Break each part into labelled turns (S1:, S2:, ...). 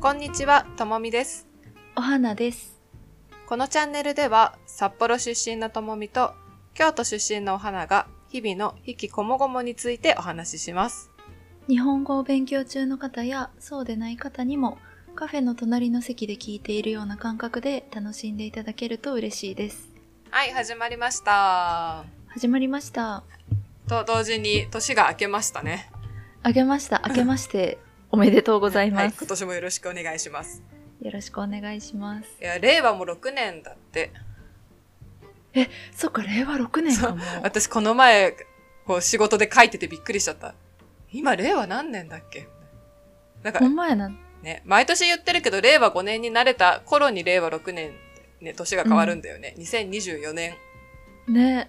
S1: こんにちは、ともみです。
S2: お花です。
S1: このチャンネルでは、札幌出身のともみと、京都出身のお花が、日々の引きこもごもについてお話しします。
S2: 日本語を勉強中の方やそうでない方にもカフェの隣の席で聞いているような感覚で楽しんでいただけると嬉しいです。
S1: はい、始まりました。
S2: 始まりました。
S1: と同時に、年が明けましたね。
S2: あげました。明けましておめでとうござい
S1: は
S2: ま
S1: い、
S2: す。
S1: 今年もよろしくお願いします。
S2: よろしくお願いします。
S1: いや、令和も6年だって。
S2: そっか、令和6年かも。
S1: 私、この前、こう、仕事で書いててびっくりしちゃった。今、令和何年だっけなんか
S2: ほ、んまやな。
S1: ね、毎年言ってるけど、令和5年になれた頃に令和6年、ね、年が変わるんだよね。2024年。
S2: ね。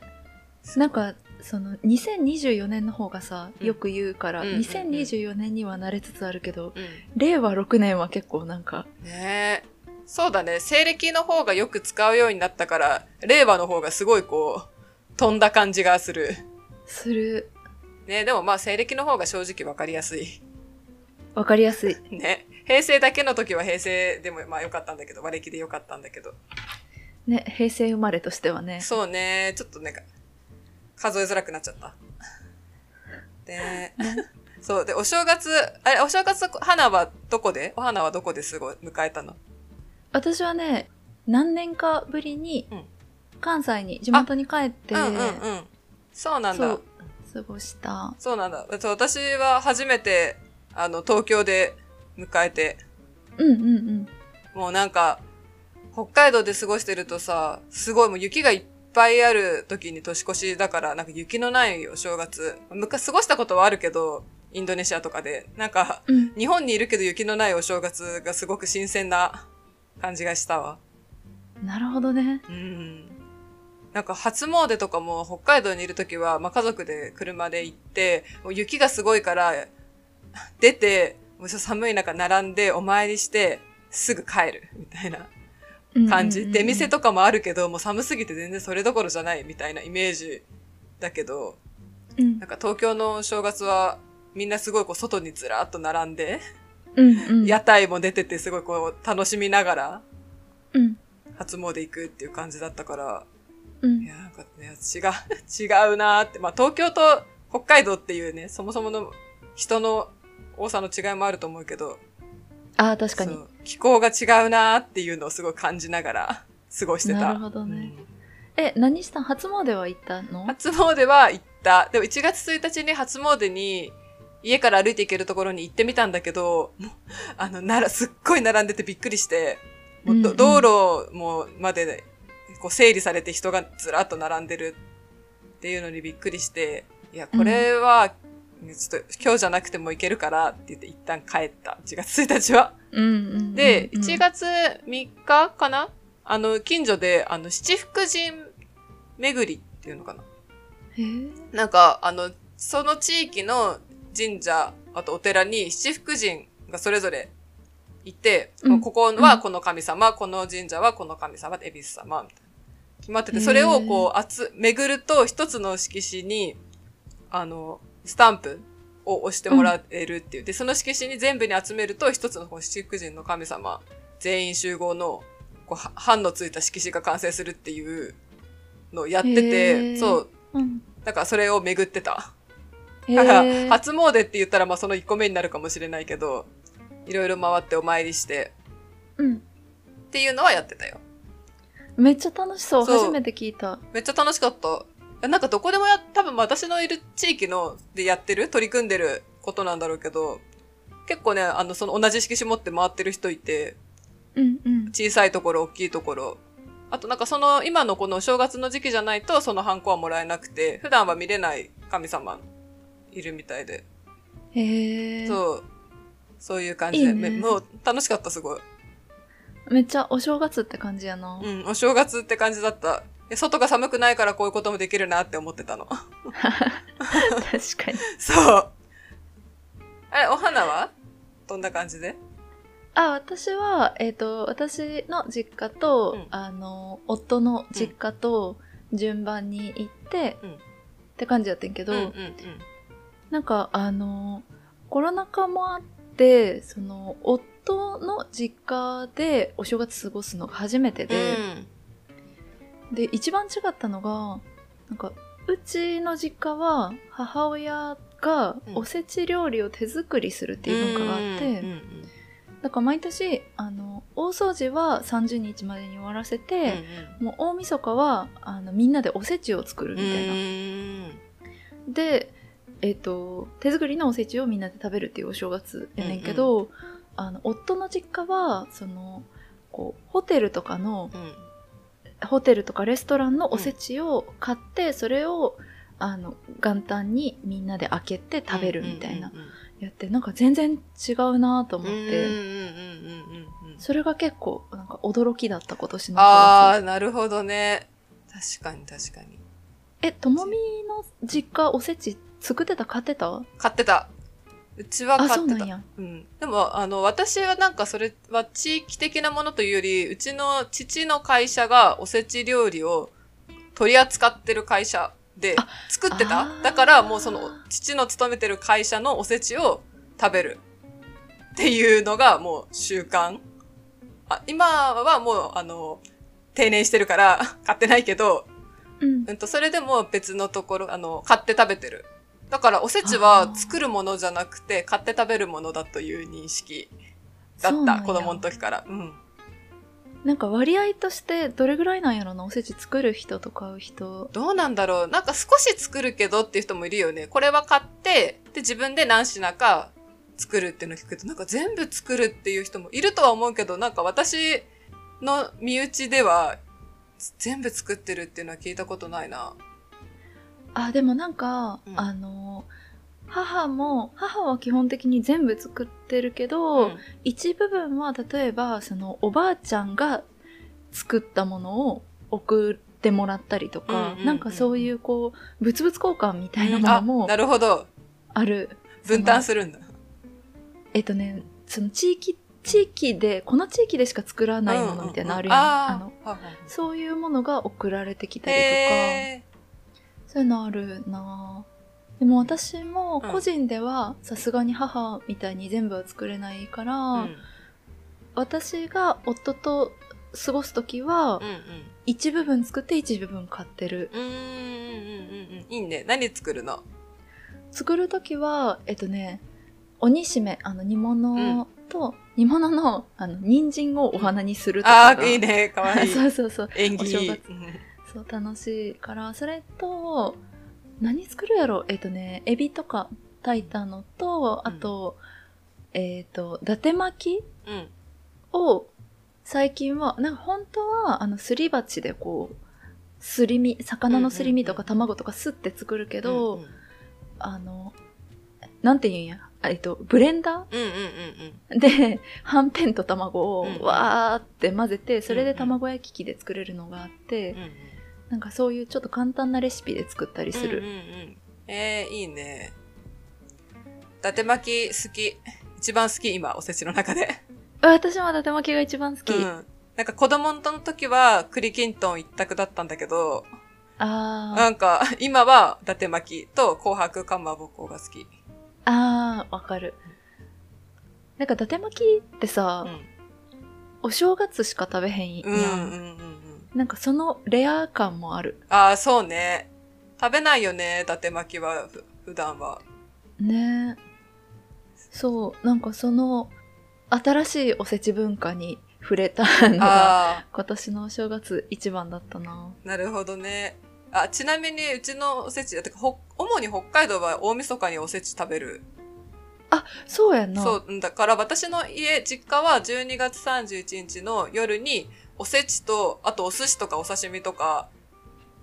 S2: なんか、その2024年の方がさ、よく言うから、
S1: うんうんうんうん
S2: 2024年には慣れつつあるけど、
S1: うん。
S2: 令和6年は結構なんか、
S1: ねえ。そうだね。西暦の方がよく使うようになったから、令和の方がすごいこう、飛んだ感じがする。
S2: する、
S1: ねでもまあ西暦の方が正直わかりやすい。
S2: わかりやすい。
S1: ね。平成だけの時は平成でもまあ良かったんだけど、和暦で良かったんだけど。
S2: ね、平成生まれとしてはね。
S1: そうね。ちょっとなんか、数えづらくなっちゃった。で、そう。で、お正月、あれ、お正月、花はどこでお花はどこですごい迎えたの
S2: 私はね、何年かぶりに
S1: うん、
S2: 関西に、地元に帰って、
S1: うんうんうん。そうなん
S2: そ
S1: だ
S2: う。、過ごした。
S1: そうなんだ。そう私は初めて、あの、東京で迎えて、
S2: うんうんうん。
S1: もうなんか、北海道で過ごしてるとさ、すごいもう雪がいっぱいある時に年越しだから、なんか雪のないお正月。昔過ごしたことはあるけど、インドネシアとかで。なんか、
S2: うん、
S1: 日本にいるけど雪のないお正月がすごく新鮮な感じがしたわ。
S2: なるほどね。
S1: うん。なんか初詣とかも北海道にいるときは、まあ、家族で車で行って、もう雪がすごいから、出て、もう寒い中並んでお参りして、すぐ帰る、みたいな感じ。出店
S2: と。
S1: とかもあるけど、もう寒すぎて全然それどころじゃない、みたいなイメージだけど、
S2: うん
S1: なんか東京の正月は、みんなすごいこう外にずらっと並んで、
S2: うんうん。
S1: 屋台も出ててすごいこう楽しみながら
S2: うん
S1: 初詣行くっていう感じだったから、
S2: う
S1: い
S2: ん。
S1: や、なんかね、違う、違う なーって。まあ、東京と北海道っていうね、そもそもの人の多さの違いもあると思うけど、
S2: ああ、確かに
S1: そ。う気候が違うなーっていうのをすごい感じながら過ごしてた。
S2: なるほどね
S1: うん
S2: え、何したん初詣は行ったの
S1: 初詣は行った。でも1月1日に初詣に、家から歩いて行けるところに行ってみたんだけど、 もう、あの、なら、すっごい並んでてびっくりして、もうど
S2: うんうん
S1: 道路も、まで、ね、こう整理されて人がずらっと並んでるっていうのにびっくりして、いや、これは、ちょっと今日じゃなくても行けるからって言って一旦帰った。1月1日は。
S2: うんうんうんうん。
S1: で、1月3日かなあの、近所で、あの、七福神巡りっていうのかな
S2: へー。
S1: なんか、あの、その地域の神社、あとお寺に七福神がそれぞれいて、
S2: うん
S1: ここはこの神様、この神社はこの神様、恵比寿様、みたいな。決まってて、それをこう、あつ、巡ると一つの色紙に、あの、スタンプを押してもらえるっていう。で、その色紙に全部に集めると一つのこう七福神の神様、全員集合の、こう、は版のついた色紙が完成するっていうのをやって
S2: へ
S1: て、
S2: ー
S1: そう、
S2: うん。
S1: だからそれを巡ってた。
S2: へ
S1: だから、
S2: ー
S1: 初詣って言ったらまあその1個目になるかもしれないけど、いろいろ回ってお参りして、
S2: うん。
S1: っていうのはやってたよ。
S2: めっちゃ楽しそう。
S1: そう
S2: 初めて聞いた。
S1: めっちゃ楽しかった。えなんかどこでもや、多分私のいる地域のでやってる、取り組んでることなんだろうけど、結構ね、あの、その同じ色紙持って回ってる人いて、
S2: うんうん。
S1: 小さいところ、大きいところ。あとなんかその、今のこのお正月の時期じゃないと、そのハンコはもらえなくて、普段は見れない神様、いるみたいで。
S2: へえ。
S1: そう。そういう感じで。
S2: いいね
S1: めもう楽しかった、すごい。
S2: めっちゃお正月って感じやな。
S1: うん、お正月って感じだった。で外が寒くないからこういうこともできるなって思ってたの。
S2: 確かに。
S1: そう。あれ、お花はどんな感じで
S2: あ、私は、えっ、と、私の実家と、
S1: うん
S2: あの、夫の実家と、順番に行って、
S1: うん
S2: って感じやってんけど、
S1: うんうんうん。
S2: なんか、あの、コロナ禍もあって、その、夫夫の実家でお正月過ごすのが初めて
S1: う
S2: で、
S1: ん。
S2: で、一番違ったのが、なんか、うちの実家は母親が
S1: うん
S2: おせち料理を手作りするっていう文化があって、
S1: うんうん
S2: だから毎年、あの、大掃除は30日までに終わらせ
S1: うん
S2: て、もう大晦日は、あの、みんなでおせちを作る
S1: うん
S2: みたいな。
S1: うん
S2: で、えっ、と、手作りのおせちをみんなで食べるっていうお正月やねんけど、あの、夫の実家は、その、こう、ホテルとかの、
S1: うん
S2: ホテルとかレストランのおせちを買って、それを、あの、元旦にみんなで開けて食べるみたいな
S1: う、んうん
S2: やって、なんか全然違うなぁと思っ
S1: うんうん。
S2: て、
S1: うんうんうんうんうん
S2: それが結構、なんか驚きだった今年の
S1: あ
S2: 正月。
S1: あ、なるほどね。確かに確かに。
S2: え、ともみの実家おせち作ってた買ってた
S1: 買ってた。うちは
S2: あ、
S1: 買
S2: そ
S1: っ
S2: う
S1: て
S2: な
S1: た
S2: ん。や。
S1: うん、でも、あの、私はなんかそれは地域的なものというより、うちの父の会社がおせち料理を取り扱ってる会社で
S2: あ
S1: 作って
S2: あ
S1: た
S2: ー
S1: だからもうその父の勤めてる会社のおせちを食べるっていうのがもう習慣。あ今はもうあの、定年してるから 買ってないけど、
S2: うん。
S1: うんと、それでも別のところ、あの、買って食べてる。だから、おせちは作るものじゃなくて、買って食べるものだという認識だ
S2: そう
S1: っ
S2: なん
S1: た、
S2: や
S1: 子供の時から。うん。
S2: なんか割合としてどれぐらいなんやろなおせち作る人と買う人
S1: どうなんだろう。なんか少し作るけどっていう人もいるよね。これは買って、で、自分で何品か作るっていうのを聞くと、なんか全部作るっていう人もいるとは思うけど、なんか私の身内では、全部作ってるっていうのは聞いたことないな。
S2: あでもなんか、
S1: うん
S2: あの母も母は基本的に全部作ってるけど、
S1: うん
S2: 一部分は例えばそのおばあちゃんが作ったものを送ってもらったりとか、
S1: うんうんうん
S2: なんかそういうこう物々交換みたいな
S1: あ、
S2: ものも
S1: なるほど。
S2: ある、
S1: 分担するんだ。
S2: えっとねその地域地域でこの地域でしか作らないものみたいなのあるよ、ねあの
S1: あの、
S2: そういうものが送られてきたりとか、
S1: へ
S2: そういうのあるなぁでも私も個人ではさすがに母みたいに全部は作れないから、
S1: ーうん
S2: 私が夫と過ごす時は
S1: うん
S2: 一部分作って一部分買ってる
S1: うん。うーんうんうんうん。いいね。何作るの
S2: 作る時はえっとね鬼しめあの煮物と、煮物のあの人参をお花にするとか
S1: あ
S2: が
S1: あ、いいね。かわいい。
S2: そうそうそう
S1: 演技いい
S2: お正。月そう楽しいからそれと何作るやろえっ、とねエビとか炊いたのとあと、えっ、と伊達巻き
S1: うんうん。
S2: を最近はなんか本当はあのすり鉢でこうすり身魚のすり身とか
S1: うんうん
S2: 卵とかすって作るけど、
S1: うんうん
S2: あのなんて言うんやあえっとブレンダ
S1: うんうん
S2: ーではんぺんと卵
S1: うん
S2: をわーって混ぜてそれで卵焼き器で作れるのがあって、
S1: うんうん。
S2: なんかそういうちょっと簡単なレシピで作ったりする
S1: うんうんうん。えー、いいね。伊達巻き好き。一番好き、今、おせちの中で。
S2: 私も伊達巻きが一番好き。
S1: う
S2: あ
S1: ん。なんか子供の時は栗きんとん一択だったんだけど、な
S2: あー、
S1: んか今は伊達巻きと紅白かまぼっこが好き。
S2: ああ、わかる。なんか伊達巻きってさ、
S1: うん
S2: お正月しか食べへんや
S1: うんうん
S2: ん。
S1: うんうん。
S2: なんかそのレア感もある。
S1: ああ、そうね。食べないよね、伊達巻きは、ふ普段は。
S2: ねそう、なんかその、新しいおせち文化に触れたのが、
S1: あ
S2: 今年のお正月一番だったな。
S1: あ、なるほどね。あ、ちなみに、うちのおせち、てかほ主に北海道は大晦日におせち食べる。
S2: そうやな。
S1: そう、うんだから私の家、実家は12月31日の夜に、おせちと、あとお寿司とかお刺身とか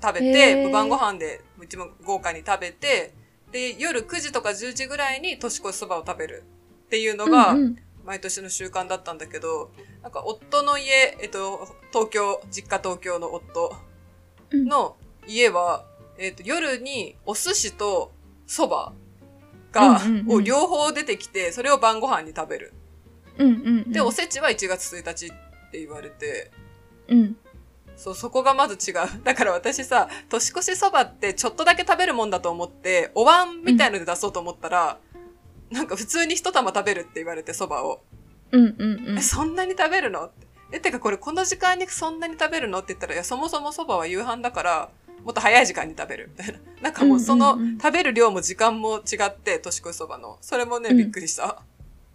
S1: 食べ
S2: へ
S1: て、
S2: ー
S1: 晩ご飯で、うちも豪華に食べて、で、夜9時とか10時ぐらいに年越しそばを食べるっていうのが、
S2: うんうん
S1: 毎年の習慣だったんだけど、なんか夫の家、えっと、東京、実家東京の夫
S2: うん
S1: の家は、えっと、夜にお寿司と蕎麦が、
S2: うんうんうん
S1: を両方出てきて、それを晩ご飯に食べる。
S2: うんうんうん。
S1: で、おせちは1月1日って言われて、
S2: うん。
S1: そう、そこがまず違う。 だから私さ、年越しそばってちょっとだけ食べるもんだと思って、お椀みたいので出そうと思ったら、なんか普通に一玉食べるって言われて、そばを。
S2: うんうんうん
S1: え、。そんなに食べるのって。え、てかこれこの時間にそんなに食べるのって言ったら、いや、そもそもそばは夕飯だから、もっと早い時間に食べる。 みたいな。なんかもうその
S2: うんうんうん、
S1: 食べる量も時間も違って、年越しそばの。それもね、
S2: うん
S1: びっくりした。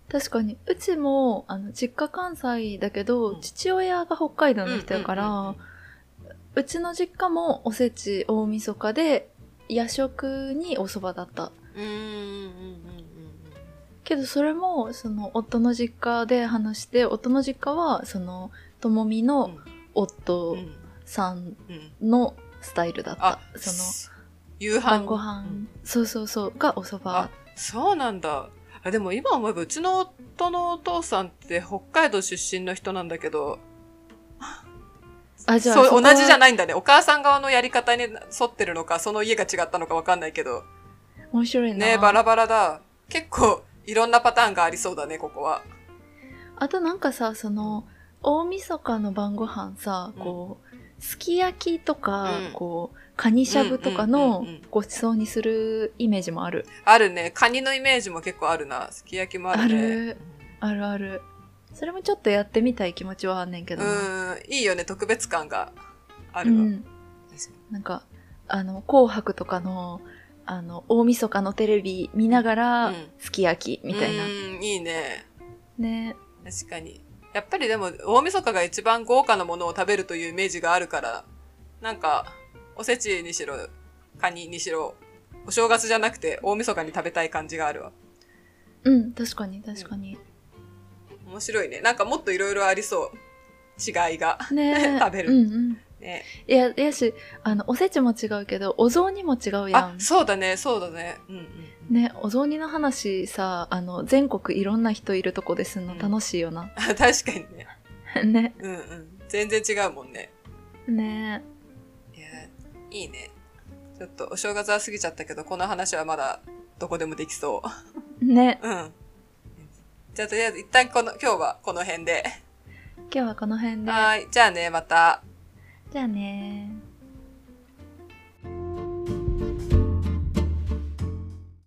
S2: 確かに。うちも、あの、実家関西だけど、
S1: うん
S2: 父親が北海道の人やから、
S1: う
S2: うん
S1: うんうんうん
S2: ちの実家もおせち大晦日で、夜食にお蕎麦だった。
S1: うん、うん、うん、
S2: けどそれも、その、夫の実家で話して、夫の実家は、その、ともみ
S1: う
S2: の
S1: んう
S2: 夫
S1: ん。
S2: さん
S1: うん。
S2: のスタイルだった
S1: あ。、
S2: その、
S1: 夕飯。
S2: 晩ご飯、
S1: うん
S2: そうそうそう、がお蕎
S1: あ
S2: 麦。、
S1: そうなんだ。あでも今思えば、うちの夫のお父さんって北海道出身の人なんだけど、
S2: あ、じゃあ、
S1: そう、同じじゃ
S2: ない。
S1: ないんだね。お母さん側のやり方に沿ってるのか、その家が違ったのかわかんないけど。
S2: 面白いな。
S1: ねバラバラだ。結構、いろんなパターンがありそうだね、ここは。
S2: あとなんかさ、その、大晦日の晩ご飯さ、
S1: うん
S2: こう、すき焼きとか、
S1: うん
S2: こう、カニしゃぶとか
S1: うん
S2: の
S1: うんうんうん
S2: ごちそうにするイメージもある。
S1: あるね。カニのイメージも結構あるな。すき焼きもあるね。
S2: あるある。それもちょっとやってみたい気持ちはあんねんけど
S1: う
S2: な。
S1: ん、いいよね。特別感があ
S2: う
S1: るわ。
S2: ん。なんか、あの、紅白とかの、あの、大晦日のテレビ見なが
S1: う
S2: ら
S1: ん、
S2: すき焼きみたいな。
S1: うん、いいね。
S2: ね。
S1: 確かに。やっぱりでも、大晦日が一番豪華なものを食べるというイメージがあるから、なんか、おせちにしろ、カニにしろ、お正月じゃなくて大晦日に食べたい感じがあるわ。
S2: うん、確かに確かに。
S1: 面白いね。なんかもっといろいろありそう。違いが。
S2: ね
S1: 食べる
S2: うんうん。
S1: ね。
S2: いや、いやし、あの、おせちも違うけど、お雑煮も違う
S1: あ
S2: やん、。
S1: そうだね、そうだね。うんうんうん。
S2: ね、お雑煮の話さ、あの、全国いろんな人いるとこですん
S1: う
S2: の
S1: ん
S2: 楽しいよな。
S1: あ 確かにね。
S2: ね。
S1: うんうん。全然違うもんね。
S2: ね
S1: いや、いいね。ちょっとお正月は過ぎちゃったけど、この話はまだどこでもできそう。
S2: ね。
S1: うん。じゃあとりあえず一旦この、今日はこの辺で。
S2: 今日はこの辺で。
S1: はーい。じゃあね、また。
S2: じゃあねー。